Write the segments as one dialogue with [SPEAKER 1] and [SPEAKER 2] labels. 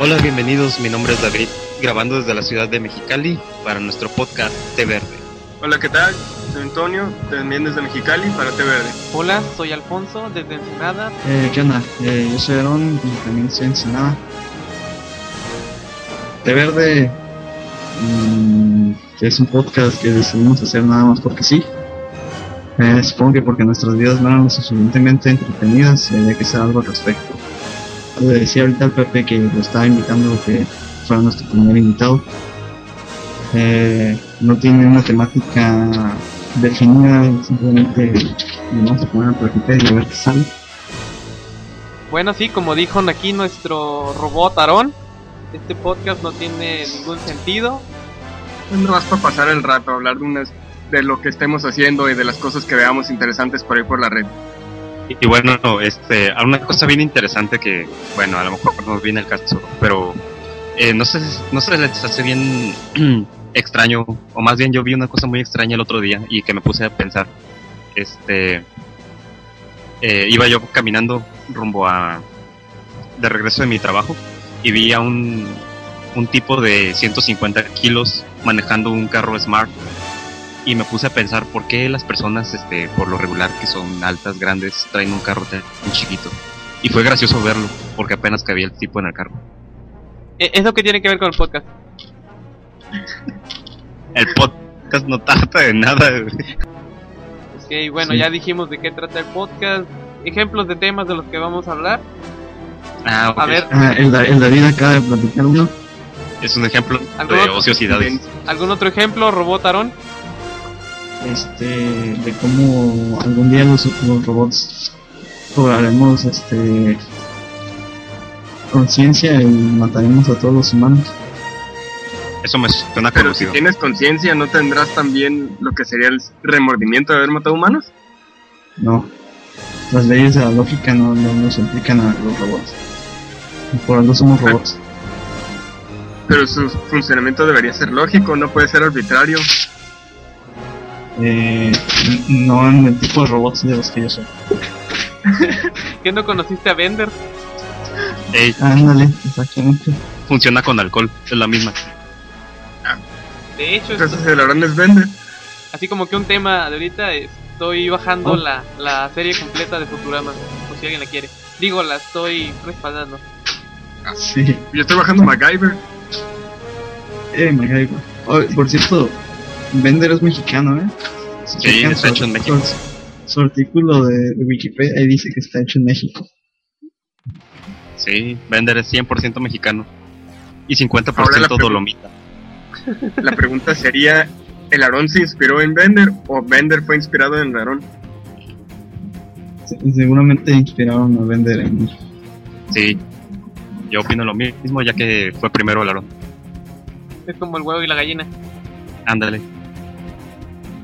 [SPEAKER 1] Hola, bienvenidos. Mi nombre es David, grabando desde la ciudad de Mexicali para nuestro podcast Te Verde.
[SPEAKER 2] Hola, ¿qué tal? Soy Antonio, también desde Mexicali para Te Verde.
[SPEAKER 3] Hola, soy Alfonso desde Ensenada.
[SPEAKER 4] Eh, ¿Qué onda? Eh, yo soy Aaron y también soy Ensenada. Te Verde mm, es un podcast que decidimos hacer nada más porque sí. Eh, supongo que porque nuestras vidas no eran lo suficientemente entretenidas y había que hacer algo al respecto. Le decía ahorita al Pepe que lo estaba invitando que fuera nuestro primer invitado. Eh, no tiene una temática definida, simplemente lo vamos a poner a platicar y a ver qué sale.
[SPEAKER 3] Bueno, sí, como dijo aquí nuestro robot Aarón, este podcast no tiene ningún sentido.
[SPEAKER 2] Es nomás para pasar el rato, hablar de, unas, de lo que estemos haciendo y de las cosas que veamos interesantes por ahí por la red.
[SPEAKER 1] Y, y bueno, no, este, hay una cosa bien interesante que, bueno, a lo mejor no viene el caso, pero eh, no, sé, no se les hace bien extraño, o más bien yo vi una cosa muy extraña el otro día y que me puse a pensar. Este, eh, iba yo caminando rumbo a, de regreso de mi trabajo y vi a un, un tipo de 150 kilos manejando un carro smart y me puse a pensar por qué las personas, este, por lo regular que son altas, grandes, traen un carro tan chiquito. Y fue gracioso verlo, porque apenas cabía el tipo en el carro.
[SPEAKER 3] E- ¿Eso qué tiene que ver con el podcast?
[SPEAKER 1] El podcast no trata de nada.
[SPEAKER 3] Ok, bueno, ya dijimos de qué trata el podcast, ejemplos de temas de los que vamos a hablar.
[SPEAKER 1] Ah, ok.
[SPEAKER 3] A ver,
[SPEAKER 4] Ah, el, Da- el David acaba de platicar uno.
[SPEAKER 1] Es un ejemplo
[SPEAKER 3] ¿Algo?
[SPEAKER 1] de ociosidades.
[SPEAKER 3] ¿algún otro ejemplo, robot Aarón?
[SPEAKER 4] este, de cómo algún día los, los robots cobraremos este conciencia y mataremos a todos los humanos.
[SPEAKER 1] Eso me suena
[SPEAKER 2] Pero si
[SPEAKER 1] conocido.
[SPEAKER 2] tienes conciencia, ¿no tendrás también lo que sería el remordimiento de haber matado humanos?
[SPEAKER 4] No, las leyes de la lógica no, no nos implican a los robots. Y Por algo somos robots.
[SPEAKER 2] Pero su funcionamiento debería ser lógico, no puede ser arbitrario.
[SPEAKER 4] Eh, n- no en el tipo de robots de los que yo soy.
[SPEAKER 3] ¿Qué no conociste a Bender?
[SPEAKER 1] Ey,
[SPEAKER 4] Ándale, exactamente.
[SPEAKER 1] funciona con alcohol, es la misma.
[SPEAKER 3] De hecho,
[SPEAKER 1] Pues,
[SPEAKER 2] Entonces
[SPEAKER 3] esto-
[SPEAKER 2] el Aarón les vende.
[SPEAKER 3] así como que un tema de ahorita, estoy bajando
[SPEAKER 4] Oh.
[SPEAKER 3] la, la serie completa de Futurama, por si alguien la quiere. Digo, la estoy respaldando.
[SPEAKER 4] Sí.
[SPEAKER 2] Yo estoy bajando MacGyver.
[SPEAKER 4] Eh, me caigo. Oye, por cierto, Bender es mexicano, ¿eh? Si
[SPEAKER 1] Sí,
[SPEAKER 4] checan
[SPEAKER 1] está
[SPEAKER 4] su-
[SPEAKER 1] hecho en México.
[SPEAKER 4] Su, su artículo de, de Wikipedia ahí dice que está hecho en México.
[SPEAKER 1] Sí, Bender es 100% mexicano y
[SPEAKER 2] Ahora la
[SPEAKER 1] 50%
[SPEAKER 2] pregunta.
[SPEAKER 1] dolomita.
[SPEAKER 2] La pregunta sería, ¿el Aarón se inspiró en Bender o Bender fue inspirado en el Aarón?
[SPEAKER 4] Se- seguramente inspiraron a Bender en
[SPEAKER 1] Sí, yo opino lo mismo, ya que fue primero el Aarón.
[SPEAKER 3] Es como el huevo y la gallina.
[SPEAKER 1] Ándale.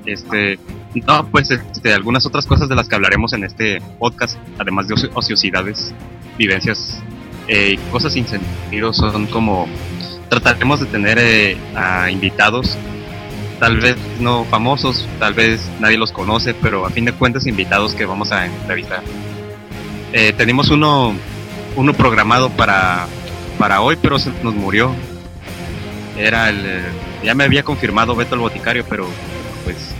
[SPEAKER 1] Este, no, pues este, algunas otras cosas de las que hablaremos en este podcast, además de ocio- ociosidades, vivencias eh, y cosas sin sentido, son como trataremos de tener eh, a invitados, tal vez no famosos, tal vez nadie los conoce, pero a fin de cuentas invitados que vamos a entrevistar. Eh, tenemos uno, uno programado para, para hoy, pero se nos murió. Era el... eh, ya me había confirmado Beto el Boticario, pero pues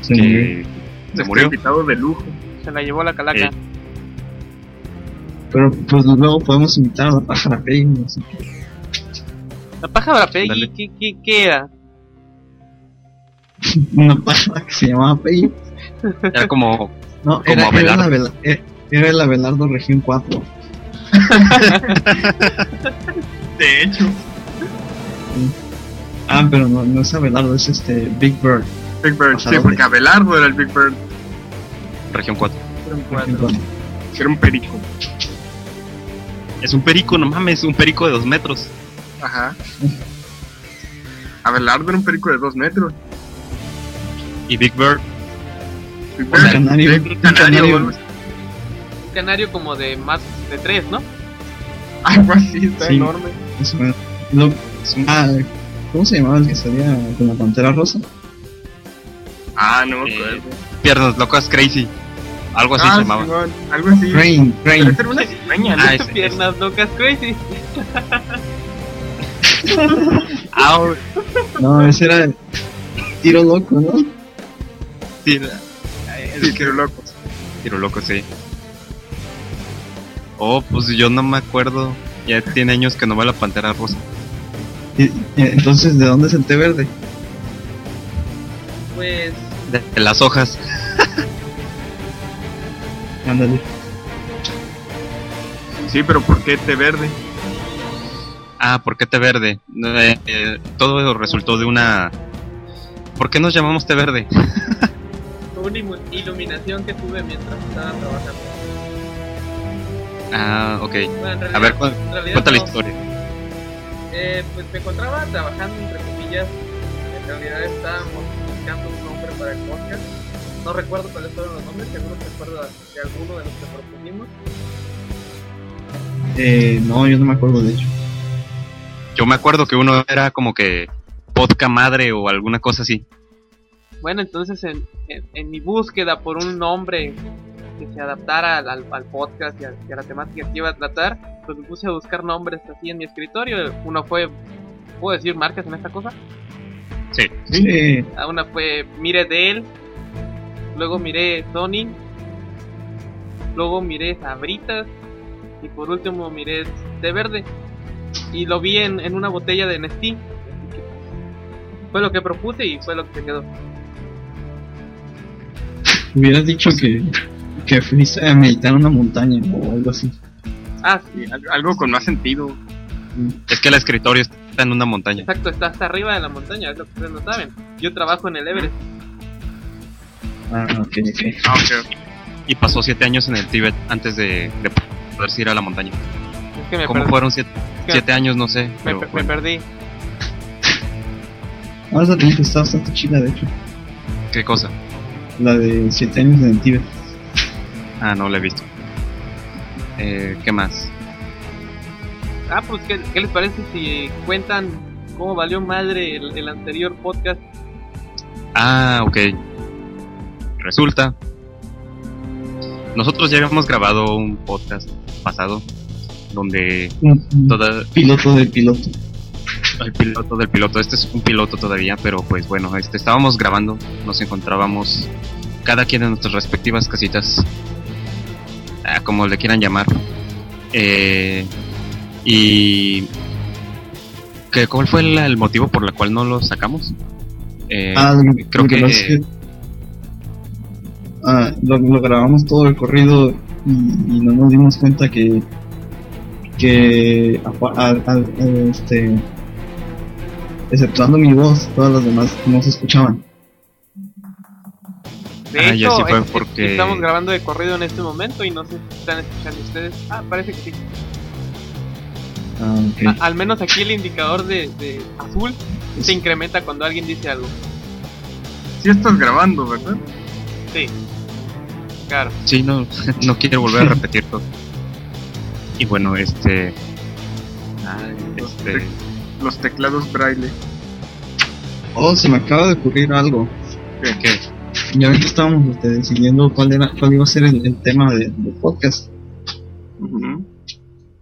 [SPEAKER 4] se murió.
[SPEAKER 1] que se
[SPEAKER 2] Este
[SPEAKER 1] murió.
[SPEAKER 2] invitado de lujo.
[SPEAKER 3] Se la llevó la calaca.
[SPEAKER 1] Eh,
[SPEAKER 4] Pero pues luego podemos invitar a la pájara Peggy. no sé.
[SPEAKER 3] La pájara Peggy,
[SPEAKER 1] Dale.
[SPEAKER 3] ¿qué, qué, qué era?
[SPEAKER 4] Una pájara que se llamaba Peggy. Este,
[SPEAKER 1] Era como,
[SPEAKER 4] No,
[SPEAKER 1] Como
[SPEAKER 4] era, era, la
[SPEAKER 1] Abelardo.
[SPEAKER 4] Vela- eh, era el Abelardo Región 4.
[SPEAKER 2] De hecho,
[SPEAKER 4] Ah, pero no, no es Abelardo, es este Big Bird.
[SPEAKER 2] Big Bird.
[SPEAKER 4] Ojalá
[SPEAKER 2] Sí,
[SPEAKER 4] hombre.
[SPEAKER 2] porque Abelardo era el Big Bird.
[SPEAKER 1] Región 4.
[SPEAKER 4] Región 4.
[SPEAKER 2] Era un perico.
[SPEAKER 1] Es un perico, no mames, un perico de dos metros.
[SPEAKER 2] Ajá. Abelardo era un perico de dos metros.
[SPEAKER 1] Y Big Bird,
[SPEAKER 2] Big
[SPEAKER 4] Un
[SPEAKER 2] Bird,
[SPEAKER 4] canario.
[SPEAKER 2] un
[SPEAKER 4] Un
[SPEAKER 2] canario o
[SPEAKER 4] canario.
[SPEAKER 2] algo
[SPEAKER 3] Un canario como de más de tres, ¿no?
[SPEAKER 2] Algo así, está
[SPEAKER 4] Sí.
[SPEAKER 2] enorme.
[SPEAKER 4] Más o menos. Lo- ah, ¿Cómo se llamaba el que salía con la pantera rosa?
[SPEAKER 2] Ah, no me
[SPEAKER 1] Eh,
[SPEAKER 2] acuerdo.
[SPEAKER 1] piernas locas, crazy. Algo así
[SPEAKER 2] Ah,
[SPEAKER 1] se llamaba.
[SPEAKER 2] Simón, algo así.
[SPEAKER 4] Rain,
[SPEAKER 2] Pero
[SPEAKER 4] Rain.
[SPEAKER 2] esa era una cizaña, ¿no?
[SPEAKER 1] Ah,
[SPEAKER 3] Tus
[SPEAKER 1] ese-
[SPEAKER 3] piernas locas crazy.
[SPEAKER 2] Ah,
[SPEAKER 1] Au,
[SPEAKER 4] No, ese era el tiro loco, ¿no?
[SPEAKER 1] sí, es
[SPEAKER 2] Sí,
[SPEAKER 1] que-
[SPEAKER 2] pero loco.
[SPEAKER 1] Tiro loco, sí. Oh, pues yo no me acuerdo. Ya tiene años que no va la pantera rosa.
[SPEAKER 4] Y- y- Entonces, ¿de dónde es el té verde?
[SPEAKER 3] Pues
[SPEAKER 1] De de las hojas.
[SPEAKER 4] Ándale.
[SPEAKER 2] Sí, pero ¿por qué té verde?
[SPEAKER 1] Ah, ¿por qué té verde? No, eh, eh, todo resultó de una. ¿Por qué nos llamamos té verde?
[SPEAKER 3] fue una imu- iluminación que tuve mientras estaba trabajando.
[SPEAKER 1] Ah, ok.
[SPEAKER 3] Bueno, en realidad-
[SPEAKER 1] A ver, cu-
[SPEAKER 3] en realidad
[SPEAKER 1] cuenta la
[SPEAKER 3] no.
[SPEAKER 1] historia.
[SPEAKER 3] Eh, pues me encontraba trabajando entre comillas. En realidad estábamos buscando un nombre para el podcast. No recuerdo cuáles fueron los nombres, seguro que recuerdo de alguno de los que propusimos.
[SPEAKER 4] Eh, no, yo no me acuerdo de hecho.
[SPEAKER 1] Yo me acuerdo que uno era como que. Vodka madre o alguna cosa así.
[SPEAKER 3] Bueno, entonces en, en- en mi búsqueda por un nombre que se adaptara al, al- al podcast y a, y a la temática que iba a tratar, pues me puse a buscar nombres así en mi escritorio. Uno fue, ¿puedo decir marcas en esta cosa?
[SPEAKER 1] Sí.
[SPEAKER 4] Sí. eh,
[SPEAKER 3] Ah, Una fue Mire Dell, luego miré Sony, luego miré Sabritas y por último miré Té Verde. Y lo vi en, en una botella de Nestí. así que Fue lo que propuse y fue lo que se quedó.
[SPEAKER 4] Hubieras dicho que, que fuiste a meditar a una montaña o algo así.
[SPEAKER 3] Ah, sí,
[SPEAKER 2] Sí, al- algo con más sentido.
[SPEAKER 4] Mm.
[SPEAKER 1] Es que el escritorio está en una montaña.
[SPEAKER 3] Exacto, está hasta arriba de la montaña, es lo que ustedes no saben. Yo trabajo en el Everest.
[SPEAKER 4] Ah, ok, ok.
[SPEAKER 2] Ah, ok.
[SPEAKER 1] Y pasó siete años en el Tíbet antes de, de poderse ir a la montaña.
[SPEAKER 3] Es que me,
[SPEAKER 1] ¿Cómo
[SPEAKER 3] perdí,
[SPEAKER 1] fueron siete,
[SPEAKER 3] que-
[SPEAKER 1] siete años? No sé.
[SPEAKER 3] me,
[SPEAKER 1] pero
[SPEAKER 3] per- me
[SPEAKER 1] bueno.
[SPEAKER 3] perdí.
[SPEAKER 4] Ah, esa película está bastante chida, de hecho.
[SPEAKER 1] ¿Qué cosa?
[SPEAKER 4] La de 7 años en el Tíbet.
[SPEAKER 1] Ah, no la he visto. Eh, ¿Qué más?
[SPEAKER 3] Ah, pues, ¿qué, qué les parece si cuentan cómo valió madre el, el anterior podcast?
[SPEAKER 1] Ah, ok. Resulta. Nosotros ya habíamos grabado un podcast pasado donde
[SPEAKER 4] Un- un
[SPEAKER 1] toda
[SPEAKER 4] piloto del piloto.
[SPEAKER 1] el piloto del piloto, este es un piloto todavía, pero pues bueno, este estábamos grabando, nos encontrábamos cada quien en nuestras respectivas casitas, ah, como le quieran llamar, Eh, y ¿qué- ¿cuál fue el, el motivo por el cual no lo sacamos? Eh,
[SPEAKER 4] Ah, lo que-
[SPEAKER 1] creo
[SPEAKER 4] lo que
[SPEAKER 1] que-
[SPEAKER 4] pasa es que- Ah, lo, lo grabamos todo el corrido y, y no nos dimos cuenta que que apa- al- al- al- este exceptuando mi voz todas las demás no se escuchaban
[SPEAKER 3] De
[SPEAKER 1] Ah, ya
[SPEAKER 3] hecho,
[SPEAKER 1] sí fue
[SPEAKER 3] es- es-
[SPEAKER 1] porque-
[SPEAKER 3] estamos grabando de corrido en este momento y no sé si están escuchando ustedes. Ah, parece que sí.
[SPEAKER 4] ah, ok.
[SPEAKER 3] A- al menos aquí el indicador de, de azul se incrementa cuando alguien dice algo.
[SPEAKER 2] Sí estás grabando, ¿verdad?
[SPEAKER 3] Sí. Claro.
[SPEAKER 1] Sí, no, no quiero volver a repetir todo. Y bueno, este. ay, este.
[SPEAKER 2] Los teclados braille.
[SPEAKER 4] oh se me acaba de ocurrir algo
[SPEAKER 1] ¿Qué?
[SPEAKER 4] ya ven que estábamos este, decidiendo cuál era cuál iba a ser el, el tema de- del podcast
[SPEAKER 2] Ujú.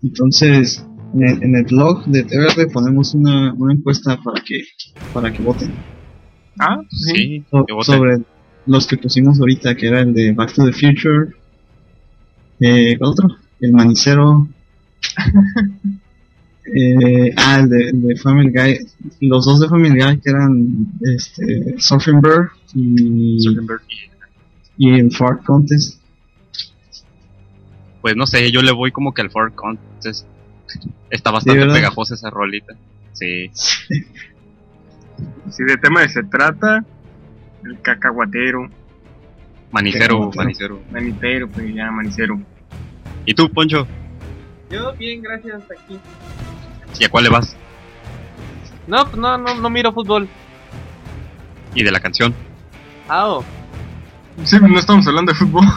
[SPEAKER 4] entonces en el, en el blog de TVR ponemos una, una encuesta para que para que voten
[SPEAKER 2] Ah, sí.
[SPEAKER 1] Sí,
[SPEAKER 4] So-
[SPEAKER 1] yo voté.
[SPEAKER 4] sobre los que pusimos ahorita, que era el de Back to the Future, eh, ¿cuál otro? El manicero, eh, ah, el de, el de Family Guy, los dos de Family Guy que eran este, Surfing Bird y,
[SPEAKER 2] Zuckerberg.
[SPEAKER 4] y el Fart Contest.
[SPEAKER 1] Pues no sé, yo le voy como que al Ford Contest. Está bastante
[SPEAKER 4] ¿verdad?
[SPEAKER 1] pegajosa esa rolita. Sí.
[SPEAKER 2] Si de tema de se trata, el cacahuatero,
[SPEAKER 1] Manicero,
[SPEAKER 4] Pegajosa.
[SPEAKER 1] manicero.
[SPEAKER 2] manitero, pues ya, manicero.
[SPEAKER 1] ¿Y tú, Poncho?
[SPEAKER 3] Yo bien, gracias hasta aquí.
[SPEAKER 1] ¿Y a cuál le vas?
[SPEAKER 3] No, pues no, no, no miro fútbol.
[SPEAKER 1] ¿Y de la canción?
[SPEAKER 3] Ah, oh.
[SPEAKER 2] Sí, no estamos hablando de fútbol.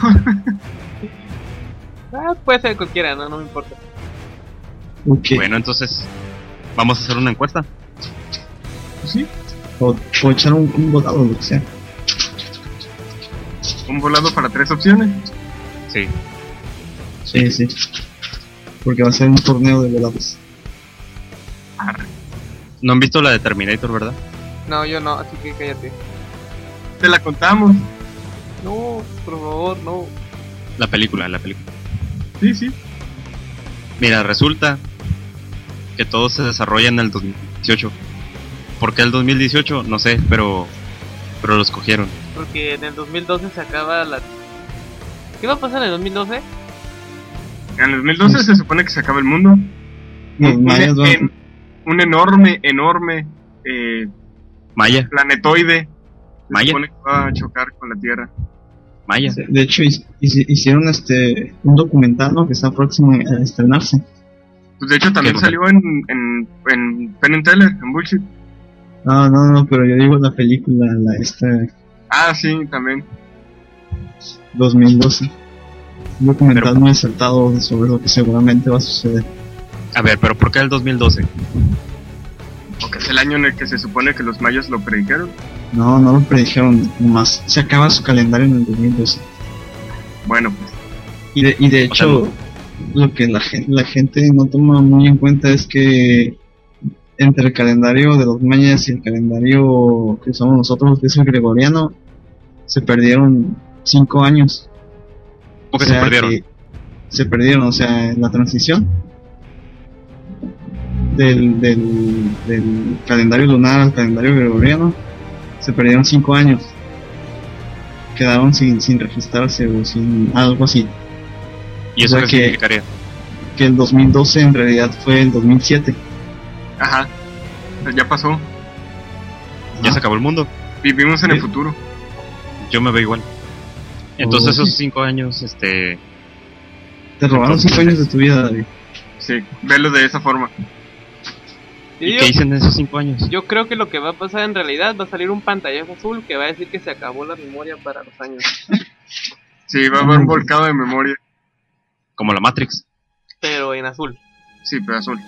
[SPEAKER 3] Ah, puede ser cualquiera, no, no me importa.
[SPEAKER 4] Ok,
[SPEAKER 1] Bueno, entonces. Vamos a hacer una encuesta.
[SPEAKER 4] o, o echar un, un volado, lo que sea.
[SPEAKER 2] Un volado para tres opciones.
[SPEAKER 1] Sí.
[SPEAKER 4] Sí, sí. Porque va a ser un torneo de veladas.
[SPEAKER 1] No han visto la de Terminator, ¿verdad?
[SPEAKER 3] No, yo no, así que cállate.
[SPEAKER 2] Te la contamos.
[SPEAKER 3] No, por favor, no.
[SPEAKER 1] La película, la película.
[SPEAKER 2] Sí, sí.
[SPEAKER 1] Mira, resulta que todo se desarrolla en el 2018. ¿Por qué el 2018? No sé, pero pero lo escogieron.
[SPEAKER 3] Porque en el 2012 se acaba la... ¿Qué va a pasar en el 2012?
[SPEAKER 2] En el 2012 se supone que se acaba el mundo.
[SPEAKER 4] Los
[SPEAKER 1] Pues,
[SPEAKER 2] Un,
[SPEAKER 1] este,
[SPEAKER 4] mayas
[SPEAKER 2] un-
[SPEAKER 4] van-
[SPEAKER 2] en- un enorme, enorme eh,
[SPEAKER 1] Maya,
[SPEAKER 2] planetoide. Se
[SPEAKER 1] Maya.
[SPEAKER 2] supone que va a chocar con la Tierra.
[SPEAKER 1] Maya.
[SPEAKER 4] Sí, De hecho, hi- hi- hicieron este un documental ¿no? que está próximo a estrenarse.
[SPEAKER 2] Pues de hecho también
[SPEAKER 1] Qué
[SPEAKER 2] salió en, en, en Penn and Teller, en Bullshit.
[SPEAKER 4] Ah, no, no, pero yo digo la película, la esta
[SPEAKER 2] Ah, sí, también.
[SPEAKER 4] 2012. Un documental
[SPEAKER 1] Pero-
[SPEAKER 4] muy acertado sobre lo que seguramente va a suceder.
[SPEAKER 1] A ver, pero ¿por qué el 2012?
[SPEAKER 2] Porque es el año en el que se supone que los mayas lo predicaron.
[SPEAKER 4] No, no lo predijeron, más se acaba su calendario en el 2012.
[SPEAKER 2] Bueno, pues
[SPEAKER 4] Y de, y de
[SPEAKER 1] O sea,
[SPEAKER 4] hecho, lo que la, gen- la gente no toma muy en cuenta es que entre el calendario de los mayas y el calendario que somos nosotros, que es el gregoriano, se perdieron cinco años.
[SPEAKER 1] ¿Por qué
[SPEAKER 4] O
[SPEAKER 1] se
[SPEAKER 4] sea
[SPEAKER 1] perdieron?
[SPEAKER 4] que Se perdieron, o sea, en la transición del, del, del calendario lunar al calendario gregoriano, se perdieron cinco años. Quedaron sin, sin registrarse o sin algo así
[SPEAKER 1] ¿Y eso
[SPEAKER 4] o sea
[SPEAKER 1] qué
[SPEAKER 4] que-
[SPEAKER 1] significaría?
[SPEAKER 4] que el 2012 en realidad fue el 2007.
[SPEAKER 2] Ajá. Pues ya pasó.
[SPEAKER 1] ¿Ya
[SPEAKER 4] Ah.
[SPEAKER 1] se acabó el mundo?
[SPEAKER 2] Vivimos en el
[SPEAKER 4] Sí.
[SPEAKER 2] futuro.
[SPEAKER 1] Yo me veo igual. Entonces
[SPEAKER 4] Oh.
[SPEAKER 1] esos cinco años, este...
[SPEAKER 4] Te robaron 5 años de tu vida, David.
[SPEAKER 2] Sí, velo de esa forma.
[SPEAKER 1] ¿Y
[SPEAKER 3] Yo, digo-
[SPEAKER 1] qué dicen de esos cinco años?
[SPEAKER 3] yo creo que lo que va a pasar en realidad va a salir un pantallazo azul que va a decir que se acabó la memoria para los años.
[SPEAKER 2] Sí, va a haber un volcado de memoria.
[SPEAKER 1] Como la Matrix.
[SPEAKER 3] Pero en azul.
[SPEAKER 2] Sí, pero azul.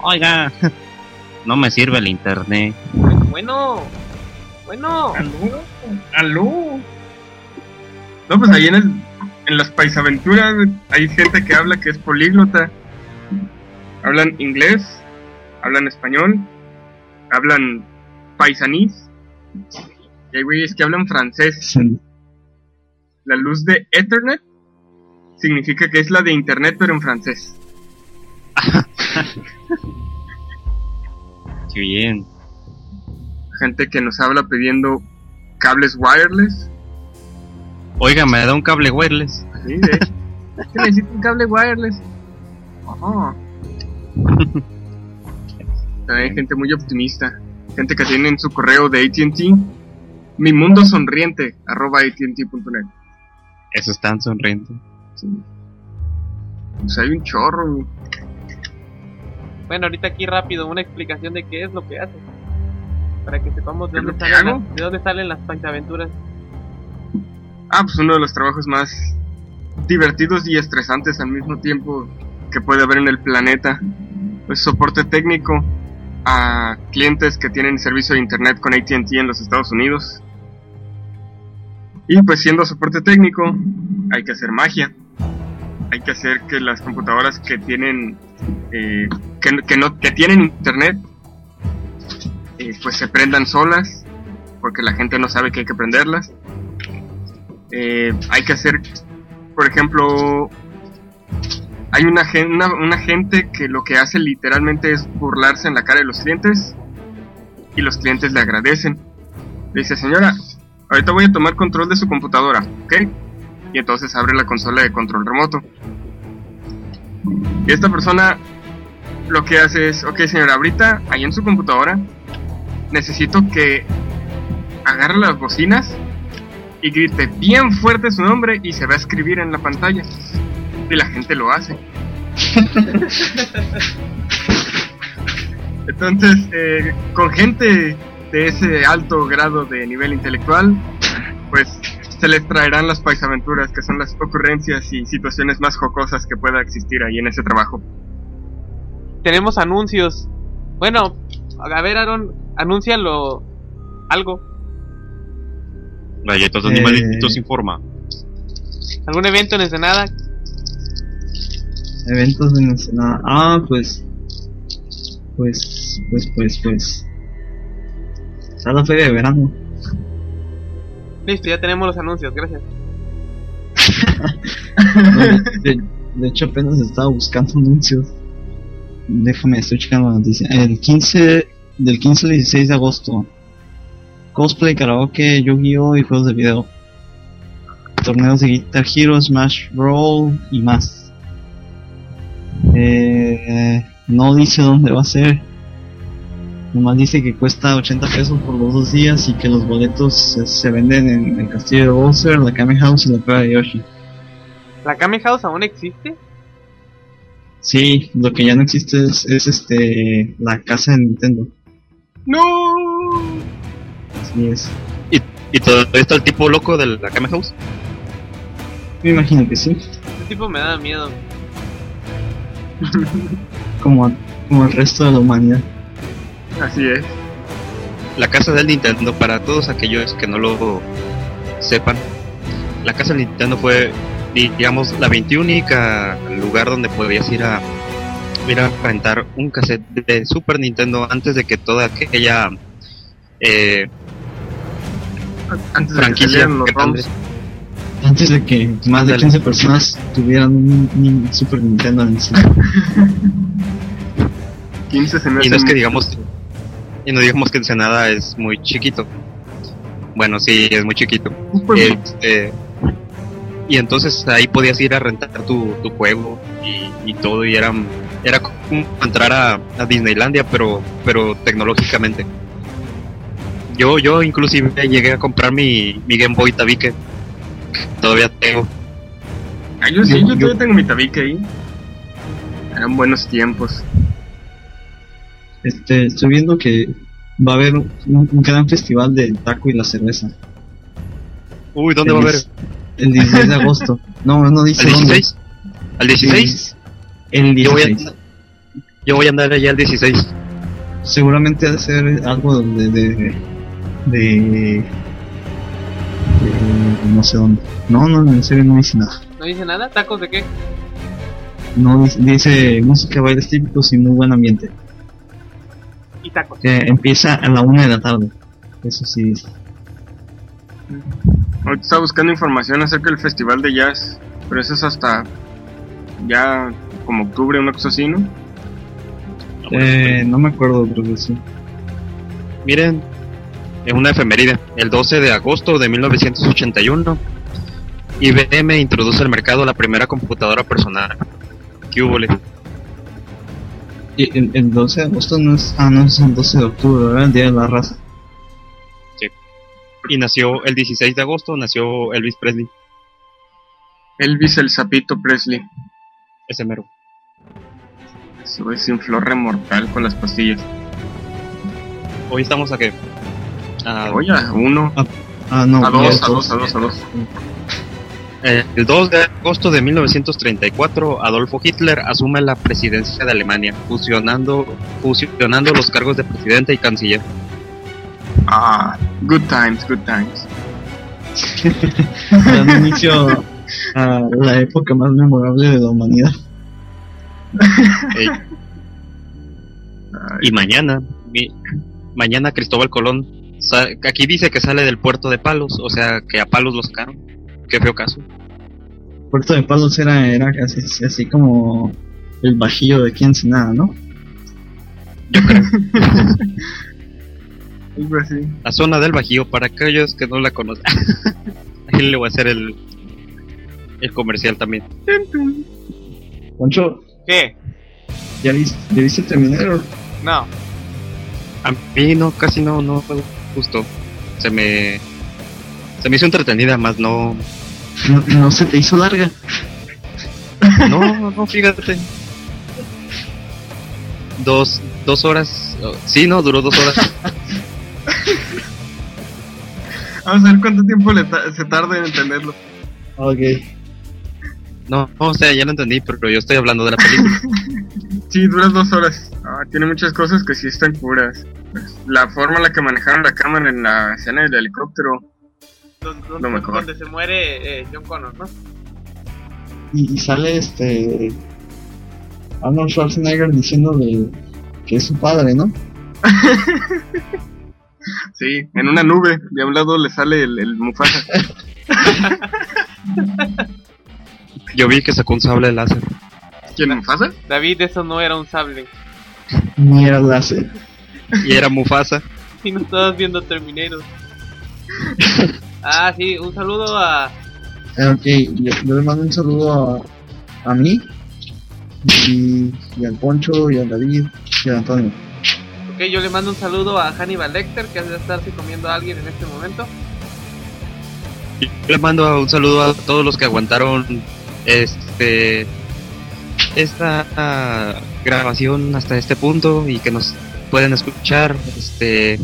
[SPEAKER 1] Oiga, no me sirve el internet.
[SPEAKER 3] Bueno, bueno.
[SPEAKER 2] Aló, aló. No, pues ahí en, el, en las paisaventuras hay gente que habla que es políglota. Hablan inglés, hablan español, hablan paisanís. Y hay güeyes que hablan francés. La luz de Ethernet significa que es la de Internet, pero en francés.
[SPEAKER 1] Qué bien.
[SPEAKER 2] Gente que nos habla pidiendo cables wireless.
[SPEAKER 1] Oiga, me da un cable wireless.
[SPEAKER 2] Sí, de hecho. Es que necesito un cable wireless. Ajá. También hay gente muy optimista. Gente que tiene en su correo de ATT mi mundo sonriente arroba ATT.net.
[SPEAKER 1] Eso es tan sonriente.
[SPEAKER 2] Pues hay un chorro.
[SPEAKER 3] Bueno, ahorita aquí rápido una explicación de qué es lo que hace. Para que sepamos de
[SPEAKER 2] ¿Qué es
[SPEAKER 3] dónde,
[SPEAKER 2] lo que
[SPEAKER 3] salen
[SPEAKER 2] hago?
[SPEAKER 3] las, de dónde salen las pantaventuras.
[SPEAKER 2] Ah, pues uno de los trabajos más divertidos y estresantes al mismo tiempo que puede haber en el planeta. Pues soporte técnico a clientes que tienen servicio de internet con ATT en los Estados Unidos. Y pues siendo soporte técnico hay que hacer magia. Hay que hacer que las computadoras que tienen eh, que, que no que tienen internet eh, pues se prendan solas porque la gente no sabe que hay que prenderlas eh, hay que hacer, por ejemplo, hay una, gen- una, una gente que lo que hace literalmente es burlarse en la cara de los clientes y los clientes le agradecen. Le dice, señora, ahorita voy a tomar control de su computadora, ¿ok? Y entonces abre la consola de control remoto. Y esta persona lo que hace es, ok señora, ahorita ahí en su computadora necesito que agarre las bocinas y grite bien fuerte su nombre y se va a escribir en la pantalla. Y la gente lo hace. Entonces, eh, con gente de ese alto grado de nivel intelectual, pues se les traerán las paisaventuras, que son las ocurrencias y situaciones más jocosas que pueda existir ahí en ese trabajo.
[SPEAKER 3] Tenemos anuncios. Bueno, a ver, Aaron, anúncialo algo.
[SPEAKER 1] Galletas de
[SPEAKER 4] Eh.
[SPEAKER 1] animalitos sin forma.
[SPEAKER 3] ¿Algún evento en Ensenada?
[SPEAKER 4] Eventos en Ensenada. Ah, pues. Pues, pues, pues, pues. Está la feria de verano.
[SPEAKER 3] Listo, ya tenemos los anuncios, gracias.
[SPEAKER 4] de, de hecho, apenas estaba buscando anuncios. Déjame, estoy checando la noticia. El 15, del 15 al 16 de agosto. Cosplay, karaoke, Yu-Gi-Oh! y juegos de video. Torneos de Guitar Hero, Smash Brawl y más. Eh, no dice dónde va a ser. Nomás dice que cuesta 80 pesos por los dos días y que los boletos se, se venden en el castillo de Bowser, la Kame House y la prueba de Yoshi.
[SPEAKER 3] ¿La Kame House aún existe?
[SPEAKER 4] Sí, lo que ya no existe es, es, este la casa de Nintendo.
[SPEAKER 3] ¡No!
[SPEAKER 4] Así es.
[SPEAKER 1] ¿Y, y todavía está el tipo loco de la Kame House?
[SPEAKER 4] Me imagino que sí.
[SPEAKER 3] Este tipo me da miedo.
[SPEAKER 4] Como, como el resto de la humanidad.
[SPEAKER 2] Así es.
[SPEAKER 1] La casa del Nintendo, para todos aquellos que no lo sepan, la casa del Nintendo fue, di- digamos, la 21 lugar donde podías ir a, ir a rentar un cassette de Super Nintendo antes de que toda aquella eh,
[SPEAKER 2] Antes de que
[SPEAKER 1] franquicia
[SPEAKER 2] salieran los
[SPEAKER 1] que
[SPEAKER 2] ROMs.
[SPEAKER 4] Antes de que más de
[SPEAKER 1] Ándale.
[SPEAKER 4] 15 personas tuvieran un, un Super Nintendo en sí.
[SPEAKER 2] 15 se me
[SPEAKER 1] y no es
[SPEAKER 2] hacen
[SPEAKER 1] que digamos y no digamos que Ensenada es muy chiquito bueno sí es muy chiquito
[SPEAKER 2] un pueblo.
[SPEAKER 1] Este, y entonces ahí podías ir a rentar tu, tu juego y, y todo y era era como entrar a, a Disneylandia pero pero tecnológicamente yo yo inclusive llegué a comprar mi, mi Game Boy Tabique que todavía tengo
[SPEAKER 2] Ah, yo sí, yo,
[SPEAKER 4] yo-
[SPEAKER 2] todavía tengo mi tabique ahí. Eran buenos tiempos.
[SPEAKER 4] Este, estoy viendo que va a haber un, un gran festival del taco y la cerveza.
[SPEAKER 1] uy dónde va a
[SPEAKER 4] El
[SPEAKER 1] haber
[SPEAKER 4] diez- El 16 de agosto. No, no dice
[SPEAKER 1] al
[SPEAKER 4] dónde.
[SPEAKER 1] 16 al 16
[SPEAKER 4] El
[SPEAKER 1] yo voy
[SPEAKER 4] 16.
[SPEAKER 1] a yo voy a andar allá al 16
[SPEAKER 4] Seguramente ha de ser algo de. de. de. de- no sé dónde. No, no, no, en serio no dice nada.
[SPEAKER 3] ¿No dice nada? ¿Tacos de qué?
[SPEAKER 4] No dice, dice música, bailes típicos y muy buen ambiente.
[SPEAKER 3] Y tacos.
[SPEAKER 4] Que empieza a la una de la tarde. Eso sí dice.
[SPEAKER 2] Ahorita estaba buscando información acerca del festival de jazz, pero eso es hasta ya como octubre, una cosa así, ¿no?
[SPEAKER 4] Eh, no me acuerdo, pero que sí.
[SPEAKER 1] Miren, es una efeméride. El 12 de agosto de 1981, IBM introduce al mercado la primera computadora personal. ¿Qué hubo, le?
[SPEAKER 4] Y El, el 12 de agosto no es. Ah, no, es el 12 de octubre, ¿verdad? El Día de la Raza.
[SPEAKER 1] Y nació el 16 de agosto, nació Elvis Presley,
[SPEAKER 2] Elvis el Sapito Presley.
[SPEAKER 1] ese mero.
[SPEAKER 2] Eso es un flor remortal con las pastillas.
[SPEAKER 1] Hoy estamos a qué? A-
[SPEAKER 2] Oye, a uno,
[SPEAKER 4] Ah, no.
[SPEAKER 2] a
[SPEAKER 4] ya
[SPEAKER 2] dos,
[SPEAKER 4] es
[SPEAKER 2] a
[SPEAKER 4] dos.
[SPEAKER 2] dos, a dos, a dos.
[SPEAKER 1] eh, el 2 de agosto de 1934, Adolfo Hitler asume la presidencia de Alemania, fusionando, fusionando los cargos de presidente y canciller.
[SPEAKER 2] Ah, good times, good times.
[SPEAKER 4] Dando inicio a la época más memorable de la humanidad.
[SPEAKER 1] Ey.
[SPEAKER 2] Ay.
[SPEAKER 1] Y mañana, mi- mañana Cristóbal Colón, sa- aquí dice que sale del puerto de Palos, o sea que a Palos los caen. Qué feo caso.
[SPEAKER 4] Puerto de Palos era, era así, así como el bajillo de aquí en Ensenada, ¿no?
[SPEAKER 2] Algo así.
[SPEAKER 1] La zona del Bajío, para aquellos que no la conocen. Ahí le voy a hacer el, el comercial también.
[SPEAKER 4] Poncho,
[SPEAKER 3] ¿Qué?
[SPEAKER 4] ¿ya viste, ya viste Terminator?
[SPEAKER 3] No.
[SPEAKER 1] A mí no, casi no, no me gustó. Se me, se me hizo entretenida, más no.
[SPEAKER 4] No, no se te hizo larga.
[SPEAKER 1] No, no, fíjate. Dos, dos horas. oh, Sí, no, duró dos horas.
[SPEAKER 2] Vamos a ver cuánto tiempo le ta- se tarda en entenderlo.
[SPEAKER 4] Ok.
[SPEAKER 1] No, o sea, ya lo entendí, pero yo estoy hablando de la película.
[SPEAKER 2] Sí, dura dos horas. Ah, tiene muchas cosas que sí Pues, están curas. La forma en la que manejaron la cámara en la escena del helicóptero
[SPEAKER 3] Donde,
[SPEAKER 2] Lo
[SPEAKER 3] donde,
[SPEAKER 2] mejor.
[SPEAKER 3] donde se muere eh, John Connor, ¿no?
[SPEAKER 4] Y, y sale este. Arnold Schwarzenegger diciéndole que es su padre, ¿no?
[SPEAKER 2] Sí, en una nube, y a un lado le sale el, el Mufasa.
[SPEAKER 1] Yo vi que sacó un sable láser.
[SPEAKER 2] ¿Quién Mufasa?
[SPEAKER 3] David, eso no era un sable.
[SPEAKER 4] Ni era láser.
[SPEAKER 1] Y era Mufasa.
[SPEAKER 3] Si no estabas viendo Termineros. ah, sí, un saludo a.
[SPEAKER 4] Eh, Ok, yo, yo le mando un saludo a, a mí, y, y al Poncho, y al David, y al Antonio.
[SPEAKER 3] Ok, yo le mando un saludo a Hannibal Lecter, que hace estarse comiendo a alguien en este momento.
[SPEAKER 1] Yo le mando un saludo a todos los que aguantaron este esta ah, grabación hasta este punto y que nos pueden escuchar. Este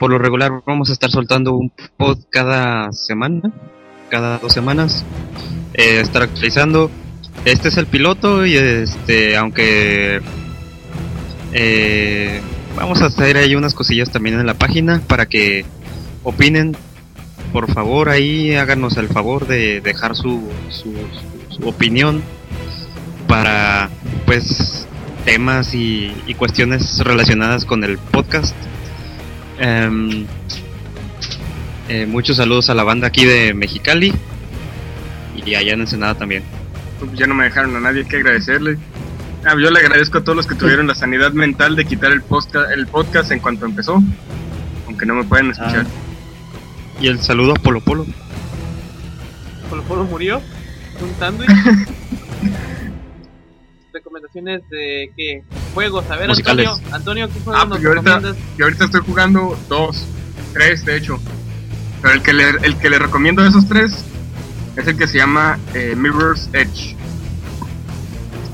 [SPEAKER 1] por lo regular vamos a estar soltando un pod cada semana, cada dos semanas, eh, estar actualizando. Este es el piloto y este aunque eh, vamos a hacer ahí unas cosillas también en la página para que opinen por favor ahí háganos el favor de dejar su, su, su- su opinión para pues temas y, y cuestiones relacionadas con el podcast. Em, eh, muchos saludos a la banda aquí de Mexicali y allá en Ensenada también.
[SPEAKER 2] Ya no me dejaron a nadie que agradecerle. Ah, yo le agradezco a todos los que tuvieron la sanidad mental de quitar el, posca- el podcast en cuanto empezó, aunque no me pueden escuchar.
[SPEAKER 1] Y el saludo a Polo Polo.
[SPEAKER 3] Polo Polo murió. Un sándwich. Recomendaciones de qué? Juegos, a ver,
[SPEAKER 1] Musicales.
[SPEAKER 3] Antonio. Antonio, ¿qué juegos
[SPEAKER 2] Ah, pues
[SPEAKER 3] nos
[SPEAKER 2] yo ahorita-
[SPEAKER 3] recomiendas?
[SPEAKER 2] Y ahorita estoy jugando dos, tres de hecho. Pero el que le, el que le recomiendo de esos tres es el que se llama eh, Mirror's Edge.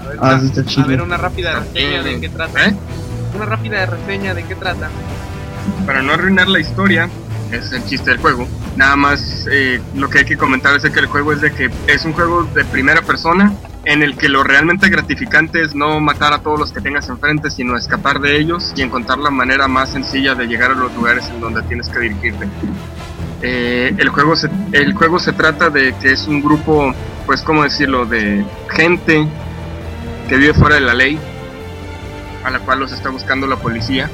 [SPEAKER 3] A ver,
[SPEAKER 4] Ah,
[SPEAKER 3] una-
[SPEAKER 4] sí, está
[SPEAKER 3] a ver,
[SPEAKER 4] chido.
[SPEAKER 3] una rápida reseña de qué trata.
[SPEAKER 2] ¿Eh?
[SPEAKER 3] Una rápida reseña de qué trata.
[SPEAKER 2] Para no arruinar la historia, es el chiste del juego. Nada más eh, lo que hay que comentar es de que el juego es de que es un juego de primera persona en el que lo realmente gratificante es no matar a todos los que tengas enfrente, sino escapar de ellos y encontrar la manera más sencilla de llegar a los lugares en donde tienes que dirigirte. Eh, el, juego se, el juego se trata de que es un grupo, pues, ¿cómo decirlo?, de gente que vive fuera de la ley, a la cual los está buscando la policía.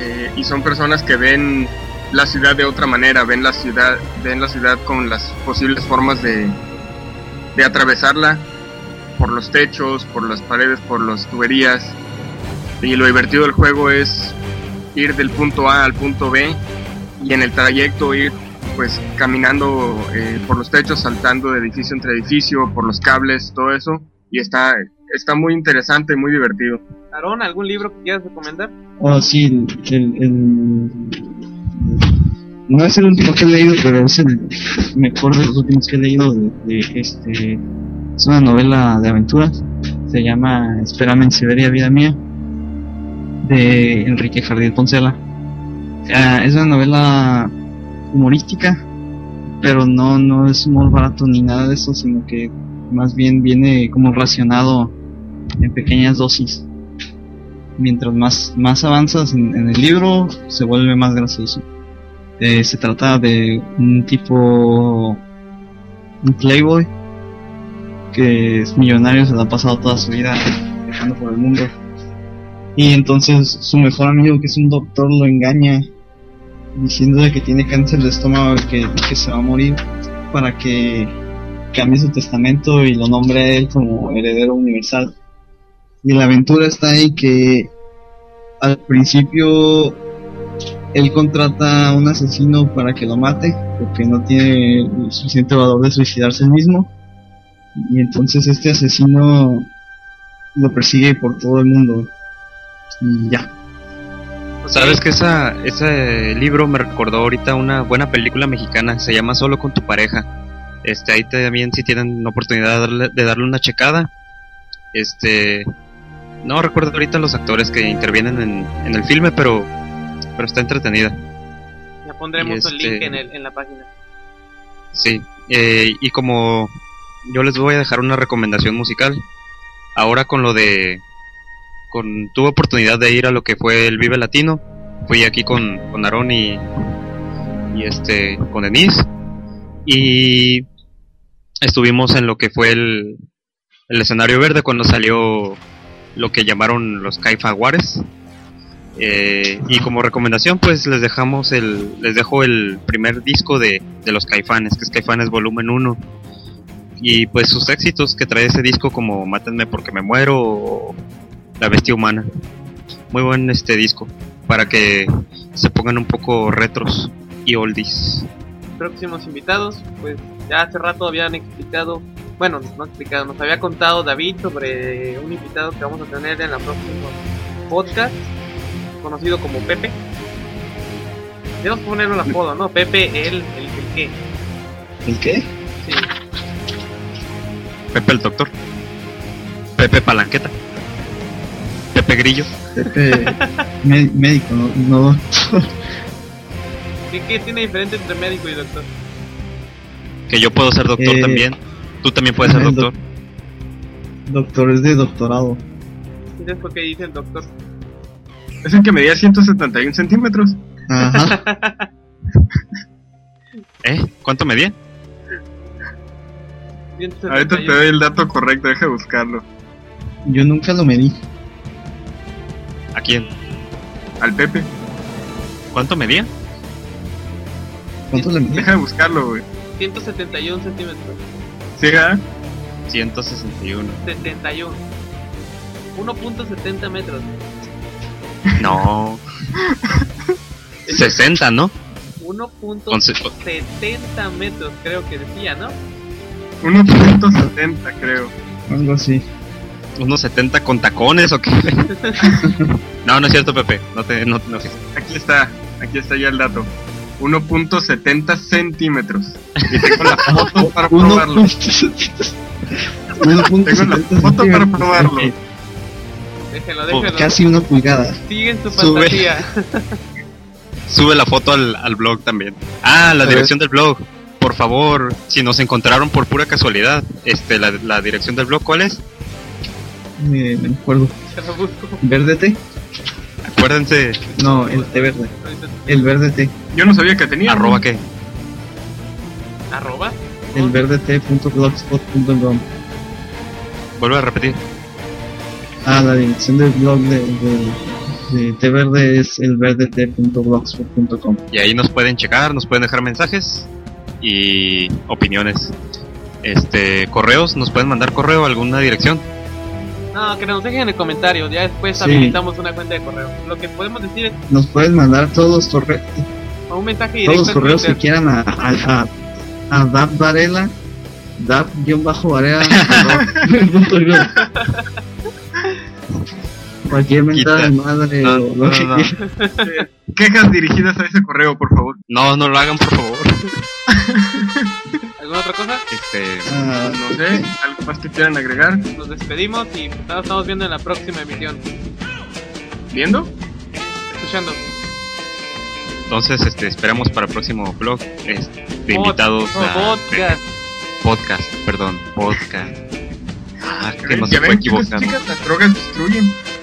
[SPEAKER 2] Eh, y son personas que ven la ciudad de otra manera, ven la ciudad, ven la ciudad con las posibles formas de, de atravesarla por los techos, por las paredes, por las tuberías. Y lo divertido del juego es ir del punto A al punto B y en el trayecto ir pues caminando eh, por los techos, saltando de edificio entre edificio, por los cables, todo eso. Y está, está muy interesante, muy divertido.
[SPEAKER 3] Aarón, ¿algún libro que quieras recomendar?
[SPEAKER 4] Oh, sí, el, el- el- No es el último que he leído, pero es el mejor de los últimos que he leído. De, de, este, es una novela de aventuras. Se llama Espérame en Siberia, vida mía, de Enrique Jardín Poncela. Ah, es una novela humorística, pero no, no es humor barato ni nada de eso, sino que más bien viene como racionado en pequeñas dosis mientras más, más avanzas en, en el libro, se vuelve más gracioso. Eh, se trata de un tipo, un playboy, que es millonario, se la ha pasado toda su vida viajando por el mundo. Y entonces su mejor amigo, que es un doctor, lo engaña diciéndole que tiene cáncer de estómago y que, que se va a morir para que cambie su testamento y lo nombre a él como heredero universal. Y la aventura está en que al principio él contrata a un asesino para que lo mate, porque no tiene el suficiente valor de suicidarse él mismo. Y entonces este asesino lo persigue por todo el mundo. Y ya.
[SPEAKER 1] Sabes que esa, ese libro me recordó ahorita una buena película mexicana, se llama Solo con tu pareja. Este, ahí también si tienen la oportunidad de darle, de darle una checada. Este, no recuerdo ahorita los actores que intervienen en, en el filme, pero, pero está entretenida.
[SPEAKER 3] Ya pondremos
[SPEAKER 1] Y
[SPEAKER 3] el
[SPEAKER 1] este-
[SPEAKER 3] link en, el, en la página.
[SPEAKER 1] Sí, eh, y como yo les voy a dejar una recomendación musical, ahora con lo de... Con, tuve oportunidad de ir a lo que fue el Vive Latino, fui aquí con, con Aarón y, y este con Denise y estuvimos en lo que fue el, el escenario verde cuando salió lo que llamaron los Caifaguares. Eh, y como recomendación, pues les dejamos el, les dejo el primer disco de, de los Caifanes, que es Caifanes Volumen 1. Y pues sus éxitos que trae ese disco como Mátenme porque me muero o La Bestia Humana. Muy buen este disco para que se pongan un poco retros y oldies.
[SPEAKER 3] Próximos invitados, pues ya hace rato habían explicado, bueno, no explicado, nos había contado David sobre un invitado que vamos a tener en la próxima podcast, conocido como Pepe. Debemos ponerle la foto, ¿no? Pepe, el, el, el qué.
[SPEAKER 4] ¿El qué?
[SPEAKER 3] Sí,
[SPEAKER 1] Pepe el Doctor, Pepe Palanqueta, Pepe Grillo.
[SPEAKER 4] Pepe, mé- médico, no, no doctor.
[SPEAKER 3] ¿Qué, qué tiene diferente entre médico y doctor?
[SPEAKER 1] Que yo puedo ser doctor
[SPEAKER 4] Eh,
[SPEAKER 1] también. Tú también puedes ser
[SPEAKER 4] el
[SPEAKER 1] doctor.
[SPEAKER 4] Doctor es de doctorado.
[SPEAKER 3] Entonces, ¿por qué dice el doctor?
[SPEAKER 2] Es el que medía 171 centímetros.
[SPEAKER 4] Ajá.
[SPEAKER 1] ¿Eh? ¿Cuánto medía?
[SPEAKER 2] Ahorita te doy el dato correcto, deja de buscarlo.
[SPEAKER 4] Yo nunca lo medí.
[SPEAKER 1] ¿A quién?
[SPEAKER 2] Al Pepe,
[SPEAKER 1] ¿Cuánto medía?
[SPEAKER 4] ¿Cuánto le medí?
[SPEAKER 2] deja de buscarlo, güey.
[SPEAKER 3] 171 centímetros.
[SPEAKER 2] ¿Sí, ah?
[SPEAKER 1] 161.
[SPEAKER 3] 71. 1.70 metros.
[SPEAKER 1] No. 60, ¿no? Con se-
[SPEAKER 3] 1.70 metros, creo que decía, ¿no?
[SPEAKER 2] 1.70 creo.
[SPEAKER 4] Algo así.
[SPEAKER 1] unos 70 con tacones o qué. no, no es cierto, Pepe. No te no, no-
[SPEAKER 2] Aquí está, aquí está ya el dato. 1.70 centímetros. Y tengo la foto para probarlo.
[SPEAKER 4] 1.70
[SPEAKER 2] Tengo la foto para
[SPEAKER 4] centímetros.
[SPEAKER 2] probarlo.
[SPEAKER 3] Déjenlo, déjenlo.
[SPEAKER 4] Casi una pulgada.
[SPEAKER 3] Siguen su
[SPEAKER 1] Sube.
[SPEAKER 3] fantasía.
[SPEAKER 1] Sube la foto al, al blog también. Ah, la
[SPEAKER 4] A
[SPEAKER 1] dirección del blog. Por favor, si nos encontraron por pura casualidad, este la, la dirección del blog, ¿cuál es?
[SPEAKER 4] Eh, me acuerdo.
[SPEAKER 3] Se lo busco.
[SPEAKER 4] ¿Verde té?
[SPEAKER 1] Acuérdense,
[SPEAKER 4] No, el té verde.
[SPEAKER 3] Ahorita-
[SPEAKER 4] El verde té.
[SPEAKER 2] Yo no sabía que tenía.
[SPEAKER 1] arroba qué.
[SPEAKER 3] Arroba.
[SPEAKER 4] El verde té.blogspot.com.
[SPEAKER 1] Vuelvo a repetir.
[SPEAKER 4] Ah, la dirección del blog de, de, de té verde es elverdet.blogspot.com.
[SPEAKER 1] Y ahí nos pueden checar, nos pueden dejar mensajes y opiniones. Este, correos, nos pueden mandar correo a alguna dirección.
[SPEAKER 3] No, que nos dejen en el comentario. Ya después
[SPEAKER 4] Sí.
[SPEAKER 3] habilitamos una cuenta de correo. Lo que podemos decir es
[SPEAKER 4] Nos pueden mandar todos los correos,
[SPEAKER 3] o un mensaje directo.
[SPEAKER 4] todos los
[SPEAKER 3] en
[SPEAKER 4] correos que
[SPEAKER 3] Twitter.
[SPEAKER 4] quieran a, a, a, a Dab Varela, Dab-Varela. arroba, punto com. Cualquier mentada de madre
[SPEAKER 1] No,
[SPEAKER 4] o lo
[SPEAKER 1] no,
[SPEAKER 4] que
[SPEAKER 1] no.
[SPEAKER 4] quieran.
[SPEAKER 2] Quejas dirigidas a ese correo, por favor.
[SPEAKER 1] No, no lo hagan, por favor.
[SPEAKER 3] ¿Alguna otra cosa?
[SPEAKER 1] Este,
[SPEAKER 4] Ah,
[SPEAKER 2] No sé, algo más que quieran agregar.
[SPEAKER 3] Nos despedimos y nos estamos viendo en la próxima emisión.
[SPEAKER 2] ¿Viendo?
[SPEAKER 3] Escuchando.
[SPEAKER 1] Entonces, este, esperamos para el próximo blog este, de
[SPEAKER 3] Pod-
[SPEAKER 1] invitados
[SPEAKER 3] no,
[SPEAKER 1] a-
[SPEAKER 3] podcast.
[SPEAKER 1] podcast, Ah, perdón, podcast. Ah, que no
[SPEAKER 2] Ya
[SPEAKER 1] se puede
[SPEAKER 2] ven, chicos,
[SPEAKER 1] equivocar.
[SPEAKER 2] chicas, las drogas destruyen.